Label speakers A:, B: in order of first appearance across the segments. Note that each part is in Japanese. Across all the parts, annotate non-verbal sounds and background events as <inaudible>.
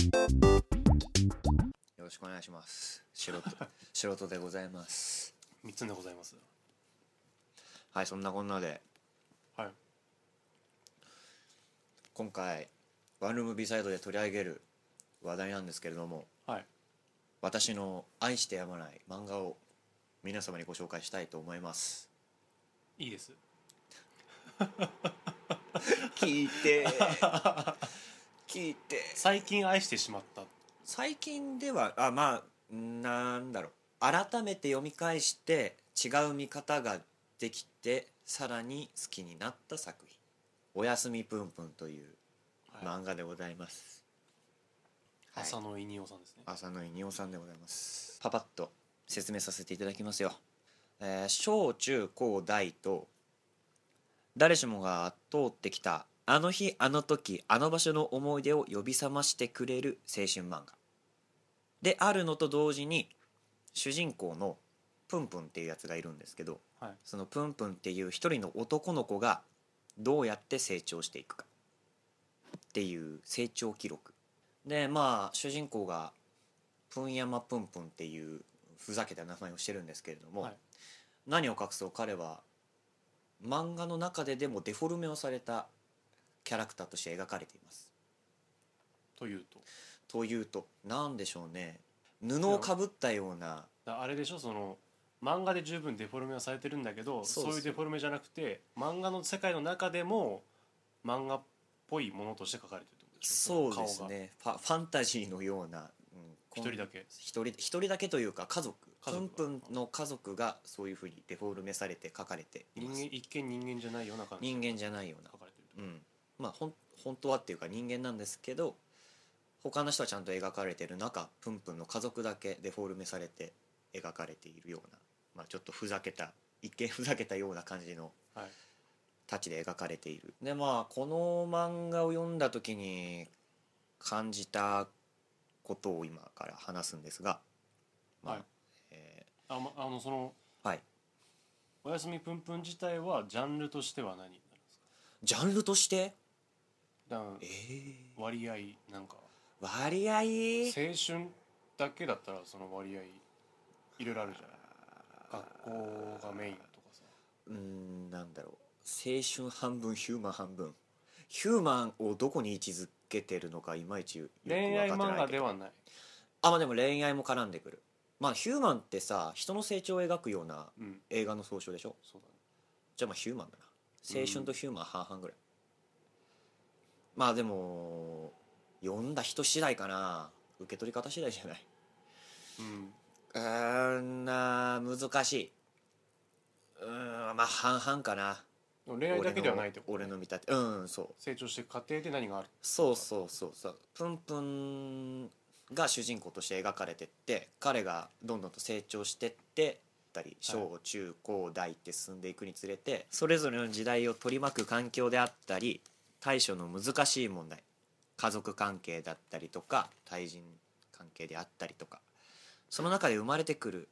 A: よろしくお願いします。素人 <laughs> 素人でございます。
B: 三つでございます。
A: はい、そんなこんなで
B: はい。
A: 今回ワンルーム B サイドで取り上げる話題なんですけれども、
B: はい。
A: 私の愛してやまない漫画を皆様にご紹介したいと思います。
B: いいです。
A: 聞いて <laughs> 聞いて
B: 最近愛してしまった。
A: 最近ではあまあなんだろう改めて読み返して違う見方ができてさらに好きになった作品「おやすみぷんぷん」という
B: はい
A: 漫画でございます、はい
B: 浅野いにおさんですね。
A: 浅野稲夫さんでございますパパッと説明させていただきますよ、えー小中高大と誰しもが通ってきたあの日あの時あの場所の思い出を呼び覚ましてくれる青春漫画であるのと同時に主人公のプンプンっていうやつがいるんですけど
B: はい。
A: そのプンプンっていう一人の男の子がどうやって成長していくかっていう成長記録でまあ主人公がプンヤマプンプンっていうふざけた名前をしてるんですけれども、
B: はい
A: 何を隠そう彼は漫画の中ででもデフォルメをされたキャラクターとして描かれています。
B: というと。
A: というと何でしょうね布をかぶったような
B: だあれでしょその漫画で十分デフォルメはされてるんだけど
A: そう
B: そ
A: そ
B: う
A: う
B: いうデフォルメじゃなくて漫画の世界の中でも漫画っぽいものとして書かれてるってことでし
A: そ
B: ょ
A: うですねファファンタジーのような、うんこ
B: 顔
A: ん
B: が一人だけ
A: 一人一人だけというか家族
B: 家族が
A: プンプンの家族がそういうふうにデフォルメされて書かれてい
B: 人
A: ま
B: 間
A: す
B: 一見人間じゃないような感じ
A: 人間じゃないような
B: 書、かれてるってこ
A: うん、まあほん本当はっていうか人間なんですけど他の人はちゃんと描かれてる中プンプンの家族だけデフォルメされて描かれているような、まあ、ちょっとふざけた一見 <laughs> ふざけたような感じの
B: とはい
A: たちで描かれているでまあこの漫画を読んだ時に感じたことを今から話すんですが、まあ
B: はい
A: え
B: あ,、まあのその
A: ーはい、
B: 「おやすみぷんぷん」自体はジャンルとしては何になるんですか
A: ジャンルとして
B: だから
A: えー
B: 割合なんか
A: 割合
B: 青春だけだったらその割合いろいろあるじゃない学校がメインとかさ
A: うーんなんだろう青春半分ヒューマン半分ヒューマンをどこに位置づけてるのかいまいちよく分
B: 恋愛
A: かって
B: 漫
A: ない
B: 画
A: け
B: で
A: ど
B: はない
A: あまあでも恋愛も絡んでくるまあヒューマンってさ人の成長を描くような
B: うん
A: 映画の総称でしょ
B: そうだね
A: じゃあまあヒューマンだな青春とヒューマン半々ぐらい、まあでも読んだ人次第かな受け取り方次第じゃないう
B: うん
A: うーんな難しいうーんまあ半々かな
B: でも恋愛だけではないってこと
A: 俺の俺の見立てうんそう
B: 成長していく過程で何がある
A: そうそうそうそうプンプンが主人公として描かれてって彼がどんどんと成長してってたり小中高大って進んでいくにつれてそれぞれの時代を取り巻く環境であったり対処の難しい問題家族関係だったりとか対人関係であったりとかその中で生まれてくる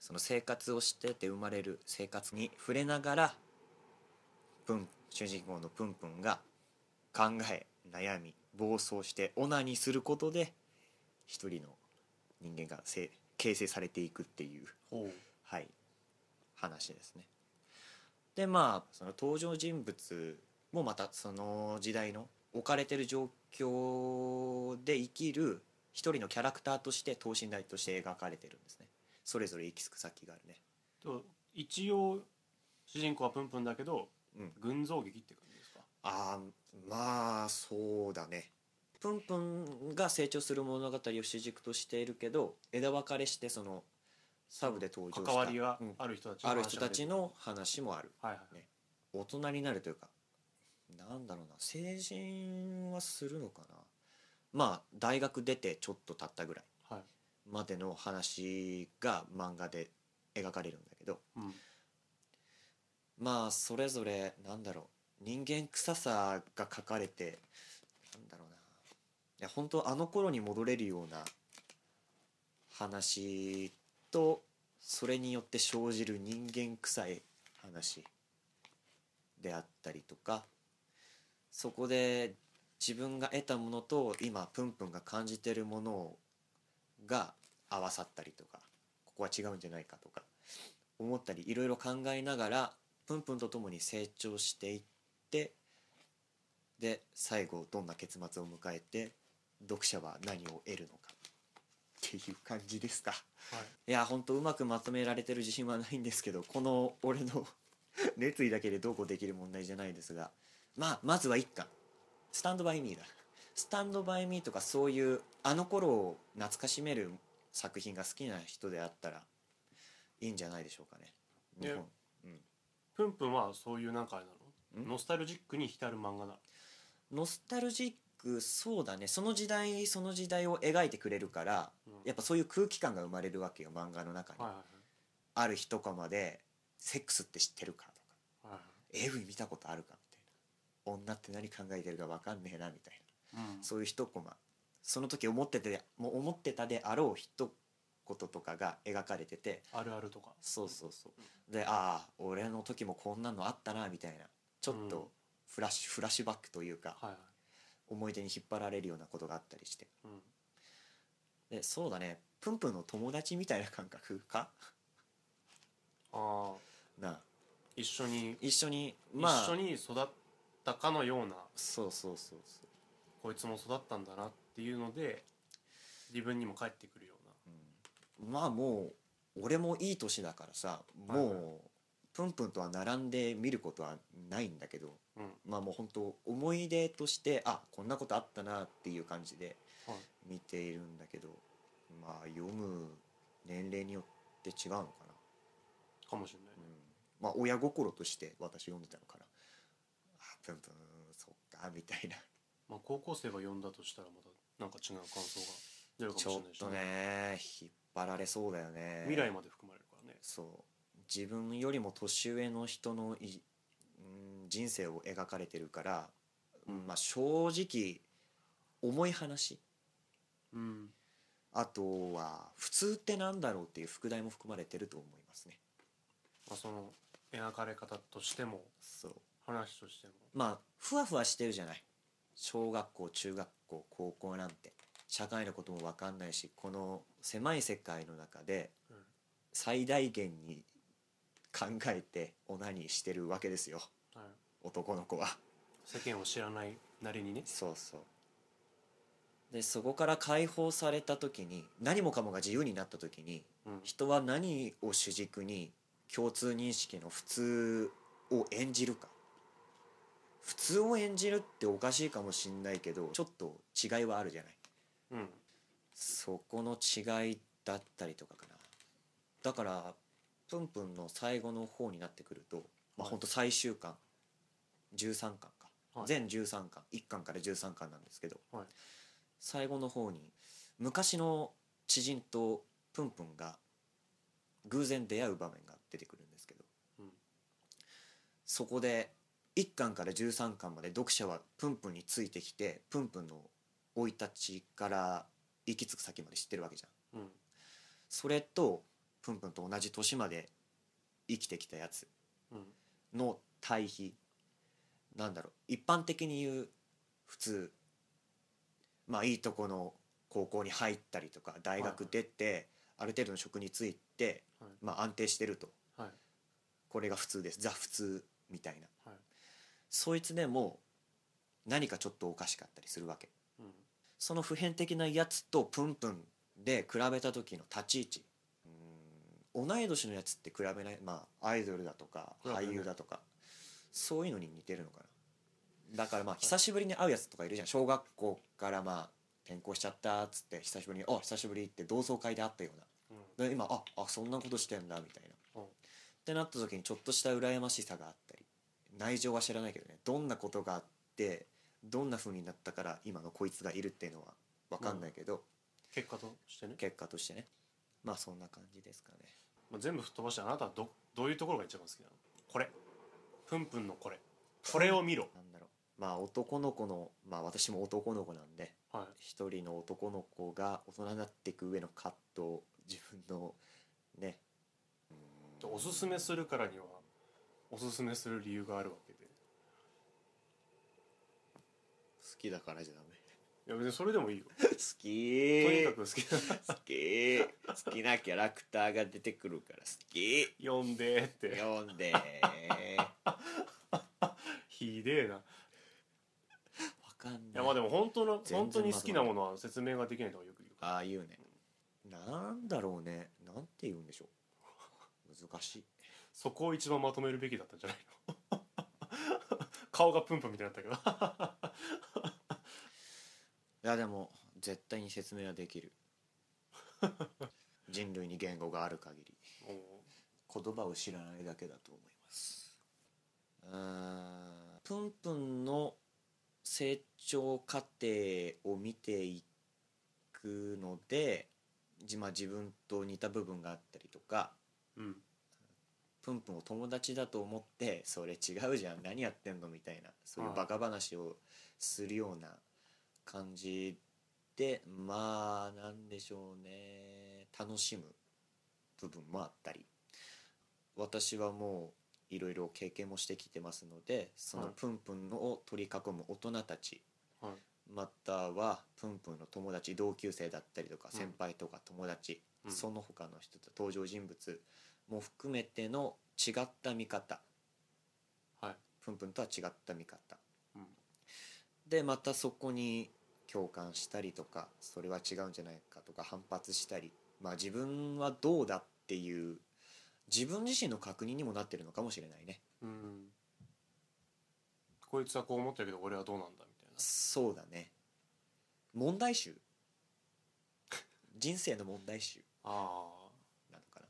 A: その生活をしてて生まれる生活に触れながらプン主人公のプンプンが考え悩み暴走してオナにすることで一人の人間がせ形成されていくっていう、
B: ほう
A: はい、話ですね。でまあその登場人物もまたその時代の置かれてる状況で生きる一人のキャラクターとして等身大として描かれてるんですね。それぞれ行き着く先があるね。
B: と一応主人公はプンプンだけど
A: うん、
B: 群像劇って感じですか
A: あーまあそうだねプンプンが成長する物語を主軸としているけど枝分かれしてそのサブで登場した
B: 関わりが
A: うん
B: ある人たちの
A: ある
B: 話
A: 人
B: が
A: た
B: 出て
A: ちの話もある
B: はいはい、
A: ね大人になるというかなんだろうな成人はするのかなまあ大学出てちょっと経ったぐらい
B: はい
A: までの話が漫画で描かれるんだけど
B: うん、
A: まあそれぞれなんだろう人間臭さが書かれてなんだろうないや本当あの頃に戻れるような話とそれによって生じる人間臭い話であったりとかそこで自分が得たものと今プンプンが感じてるものが合わさったりとかここは違うんじゃないかとか思ったりいろいろ考えながらプンプンとともに成長していってで最後どんな結末を迎えて読者は何を得るのかっていう感じですか。
B: はい
A: いや本当うまくまとめられてる自信はないんですけどこの俺の <laughs> 熱意だけでどうこうできる問題じゃないですがまあまずは一巻スタンドバイミーだスタンドバイミーとかそういうあの頃を懐かしめる作品が好きな人であったらいいんじゃないでしょうかね
B: ね
A: 日本
B: プンプンはそういうなんかあれなの
A: ん
B: ノスタルジックに浸る漫画なの
A: ノスタルジックそうだねその時代その時代を描いてくれるから
B: うん
A: やっぱそういう空気感が生まれるわけよ漫画の中に、
B: はいは
A: ある一コマで「セックスって知ってるか?」とか
B: いはいはい
A: AV 見たことあるかみたいな女って何考えてるか分かんねえなみたい
B: はいうん
A: なそういう一コマその時思っててもう思ってたであろう一言とかが描かれてて
B: あるあるとか
A: そうそうそうでああ俺の時もこんなのあったなみたいなちょっ
B: うん
A: とフラッシュ、フラッシュバックというか
B: はいはい
A: 思い出に引っ張られるようなことがあったりして
B: うん
A: でそうだねプンプンの友達みたいな感覚か <laughs>
B: ああ
A: なあ
B: 一緒に
A: 一緒にまあ
B: 一緒に育ったかのような
A: そうそうそうそう
B: こいつも育ったんだなっていうので自分にも返ってくるよう
A: うんまあもう俺もいい年だからさ
B: はいは
A: もうプンプンとは並んで見ることはないんだけど
B: なうん
A: まあもう本当思い出としてあこんなことあったなっていう感じで
B: はい
A: 見ているんだけどまあ読む年齢によって違うのかな、
B: かもしれな
A: う
B: い
A: ん、まあ親心として私読んでたのかなあプンプンそっかみたいな
B: まあ高校生が読んだとしたらまたなんか違う感想が出るかもし
A: ち
B: れ
A: ょっ
B: ないし
A: とね引っ張られそうだよね
B: 未来まで含まれるからね
A: そう自分よりも年上の人のい、うん、人生を描かれてるから、うんまあ、正直重い話
B: うん
A: あとは普通ってなんだろうっていう副題も含まれてると思いますね。
B: まあその描かれ方としても
A: そう
B: 話としても
A: まあふわふわしてるじゃない小学校中学校高校なんて社会のことも分かんないしこの狭い世界の中で
B: うん
A: 最大限に考えてオナニーしてるわけですよ
B: はい
A: 男の子は。
B: 世間を知らないなりにね
A: そうそうでそこから解放された時に何もかもが自由になった時に
B: うん
A: 人は何を主軸に共通認識の普通を演じるか普通を演じるっておかしいかもしんないけどちょっと違いはあるじゃない
B: うん
A: そこの違いだったりとかかなだからプンプンの最後の方になってくると、まあ
B: はい
A: ほんと最終巻13巻か、
B: はい
A: 全13巻1巻から13巻なんですけど、
B: はい
A: 最後の方に昔の知人とプンプンが偶然出会う場面が出てくるんですけど、
B: うん
A: そこで1巻から13巻まで読者はプンプンについてきてプンプンの生い立ちから行き着く先まで知ってるわけじゃん
B: うん
A: それとプンプンと同じ年まで生きてきたやつ
B: うん
A: の対比なんだろう一般的に言う普通まあいいとこの高校に入ったりとか大学出てある程度の職に就いて
B: はい
A: まあ安定してると
B: はい
A: これが普通ですザ普通みたいな
B: はい
A: そいつでも何かちょっとおかしかったりするわけ
B: うん
A: その普遍的なやつとプンプンで比べた時の立ち位置うーん同い年のやつって比べないまあアイドルだとか
B: 比べない
A: 俳優だとかそういうのに似てるのかなだからまあ久しぶりに会うやつとかいるじゃん小学校からまあ転校しちゃったっつって久しぶりに「あ久しぶり」って同窓会で会ったような
B: うん
A: で今ああそんなことしてんだみたいな、
B: うん
A: ってなった時にちょっとした羨ましさがあったり内情は知らないけどねどんなことがあってどんな風になったから今のこいつがいるっていうのは分かんないけど、
B: 結果としてね
A: 結果としてねまあそんな感じですかね
B: まあ、全部吹っ飛ばしてあなたはどどういうところが一番好きなのこれプンプンのこれこれを見ろ
A: なんだろうまあ男の子のまあ私も男の子なんで
B: <laughs> はい
A: 一人の男の子が大人になっていく上の葛藤自分のね
B: おすすめするからにはおすすめする理由があるわけで
A: きだからじゃダメ
B: いや別にそれでもいいよ、
A: <laughs> 好
B: とにか
A: き
B: く好きだ
A: 好き好きなキャラクターが出てくるから好き
B: <laughs> 読んでって
A: 読んで
B: ひでえな
A: わかんない
B: いやまあでも本当の
A: 全然
B: 本当に好きなものは説明ができないとかよく言う
A: ああいうねなんだろうねなんて言うんでしょう難しい
B: そこを一番まとめるべきだったんじゃないの <laughs> 顔がプンプンみたいにな <laughs> ったけど
A: いやでも絶対に説明はでき
B: <laughs>
A: る人類に言語がある限り
B: おう
A: 言葉を知らないだけだと思いますうーんプンプンの成長過程を見ていくのでじまあ自分と似た部分があったりとか
B: うん
A: プンプンを友達だと思って「それ違うじゃん何やってんの?」みたいなそういう
B: はい
A: バカ話をするような感じでまあなんでしょうね楽しむ部分もあったり私はもういろいろ経験もしてきてますのでその
B: はい
A: プンプンのを取り囲む大人たち
B: はい
A: またはプンプンの友達同級生だったりとか
B: うん
A: 先輩とか友達、
B: うん
A: その他の人と登場人物も含めての違った見方
B: はい
A: プンプンとは違った見方
B: うん
A: でまたそこに共感したりとかそれは違うんじゃないかとか反発したりまあ自分はどうだっていう自分自身の確認にもなってるのかもしれないね
B: うんこいつはこう思ってるけど俺はどうなんだみたいな
A: そうだね問題
B: <laughs>
A: 集人生の問題集
B: ああ
A: なのかな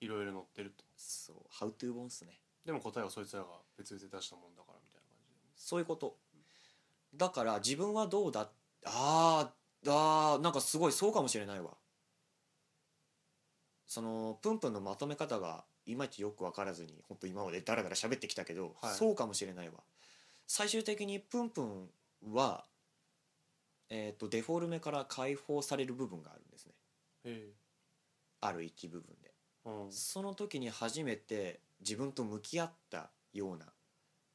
A: い
B: ろいろ載ってると
A: そう「How to 本」っすね
B: でも答えはそいつらが別々で出したもんだからみたいな感じ
A: そういうことだから自分はどうだあーあーなんかすごいそうかもしれないわそのプンプンのまとめ方がいまいちよく分からずに本当今までダラダラ喋ってきたけど、
B: はい
A: そうかもしれないわ最終的にプンプンはえっ、とデフォルメから解放される部分があるんですね
B: でへ
A: ある一部分で
B: えうん
A: その時に初めて自分と向き合ったような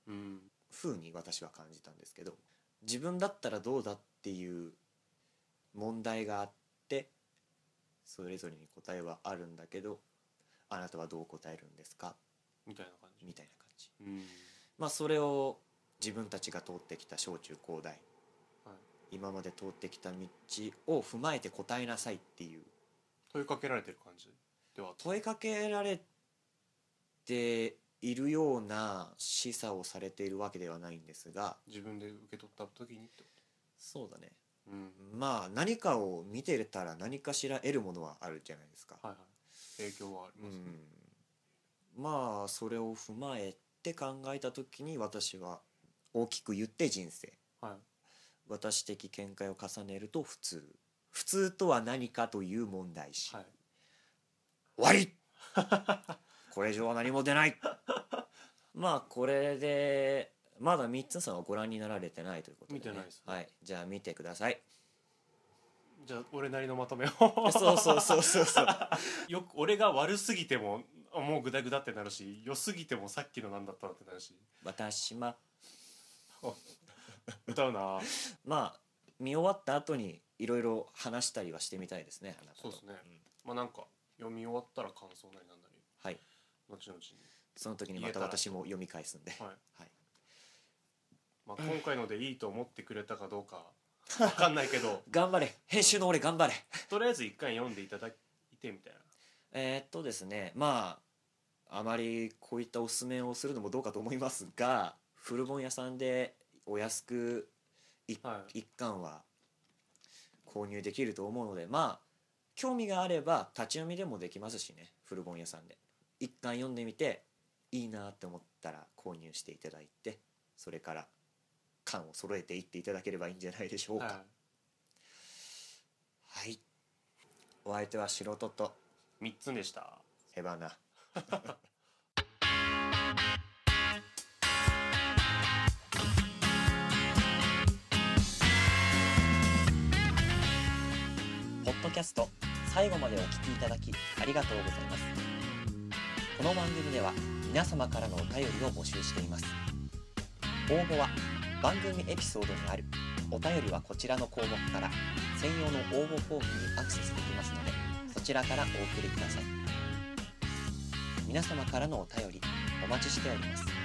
B: うん
A: 風に私は感じたんですけど自分だったらどうだっていう問題があってそれぞれに答えはあるんだけどあなたはどう答えるんですか
B: みたいな感じ
A: みたいな感じ
B: うん
A: まあそれを自分たちが通ってきた小中高大、
B: はい
A: 今まで通ってきた道を踏まえて答えなさいっていう
B: 問いかけられてる感じではあった
A: 問いかけられているような示唆をされているわけではないんですが
B: 自分で受け取った時にってこ
A: そうだね
B: とうん
A: まあ何かを見てたら何かしら得るものはあるじゃないですか。
B: はいはい影響はあり
A: う
B: ますね
A: ん、まあそれを踏まえて考えた時に私は大きく言って人生
B: はい
A: 私的見解を重ねると普通普通とは何かという問題視、
B: はい
A: 終わり <laughs> これ以上は何も出ない <laughs> まあこれでまだ三つさんはご覧になられてないということで、ね、
B: 見てないです
A: はい、じゃあ見てください <laughs>
B: じゃあ俺なりのまとめを
A: そうそうそうそうそう
B: <laughs> よく俺が悪すぎてもあもうグダグダってなるし良すぎてもさっきの何だったのってなるし
A: 私ま
B: 歌うな
A: まあ見終わった後にいろいろ話したりはしてみたいですねあなたと
B: そうですね
A: ん
B: まあなんか読み終わったら感想なりなんなり
A: はい
B: 後々に、
A: その時にまた私も読み返すんで
B: はい
A: はい
B: まあ、今回のでいいと思ってくれたかどうかわかんないけど
A: 頑張れ編集の俺頑張れ
B: とりあえず一回読んでいただいてみたいな
A: えーっとですねまああまりこういったおすすめをするのもどうかと思いますが古本屋さんでお安く
B: はい
A: 一巻は購入できると思うのでまあ興味があれば立ち読みでもできますしね古本屋さんで一巻読んでみていいなって思ったら購入していただいてそれから巻を揃えていっていただければいいんじゃないでしょうか
B: はい
A: はい、お相手は素人と
B: 三つでした
A: エバナ <laughs> ポッドキャスト最後までお聞きいただきありがとうございますこの番組では皆様からのお便りを募集しています応募は番組エピソードにあるお便りはこちらの項目から専用の応募フォームにアクセスできますのでそちらからお送りください皆様からのお便りお待ちしております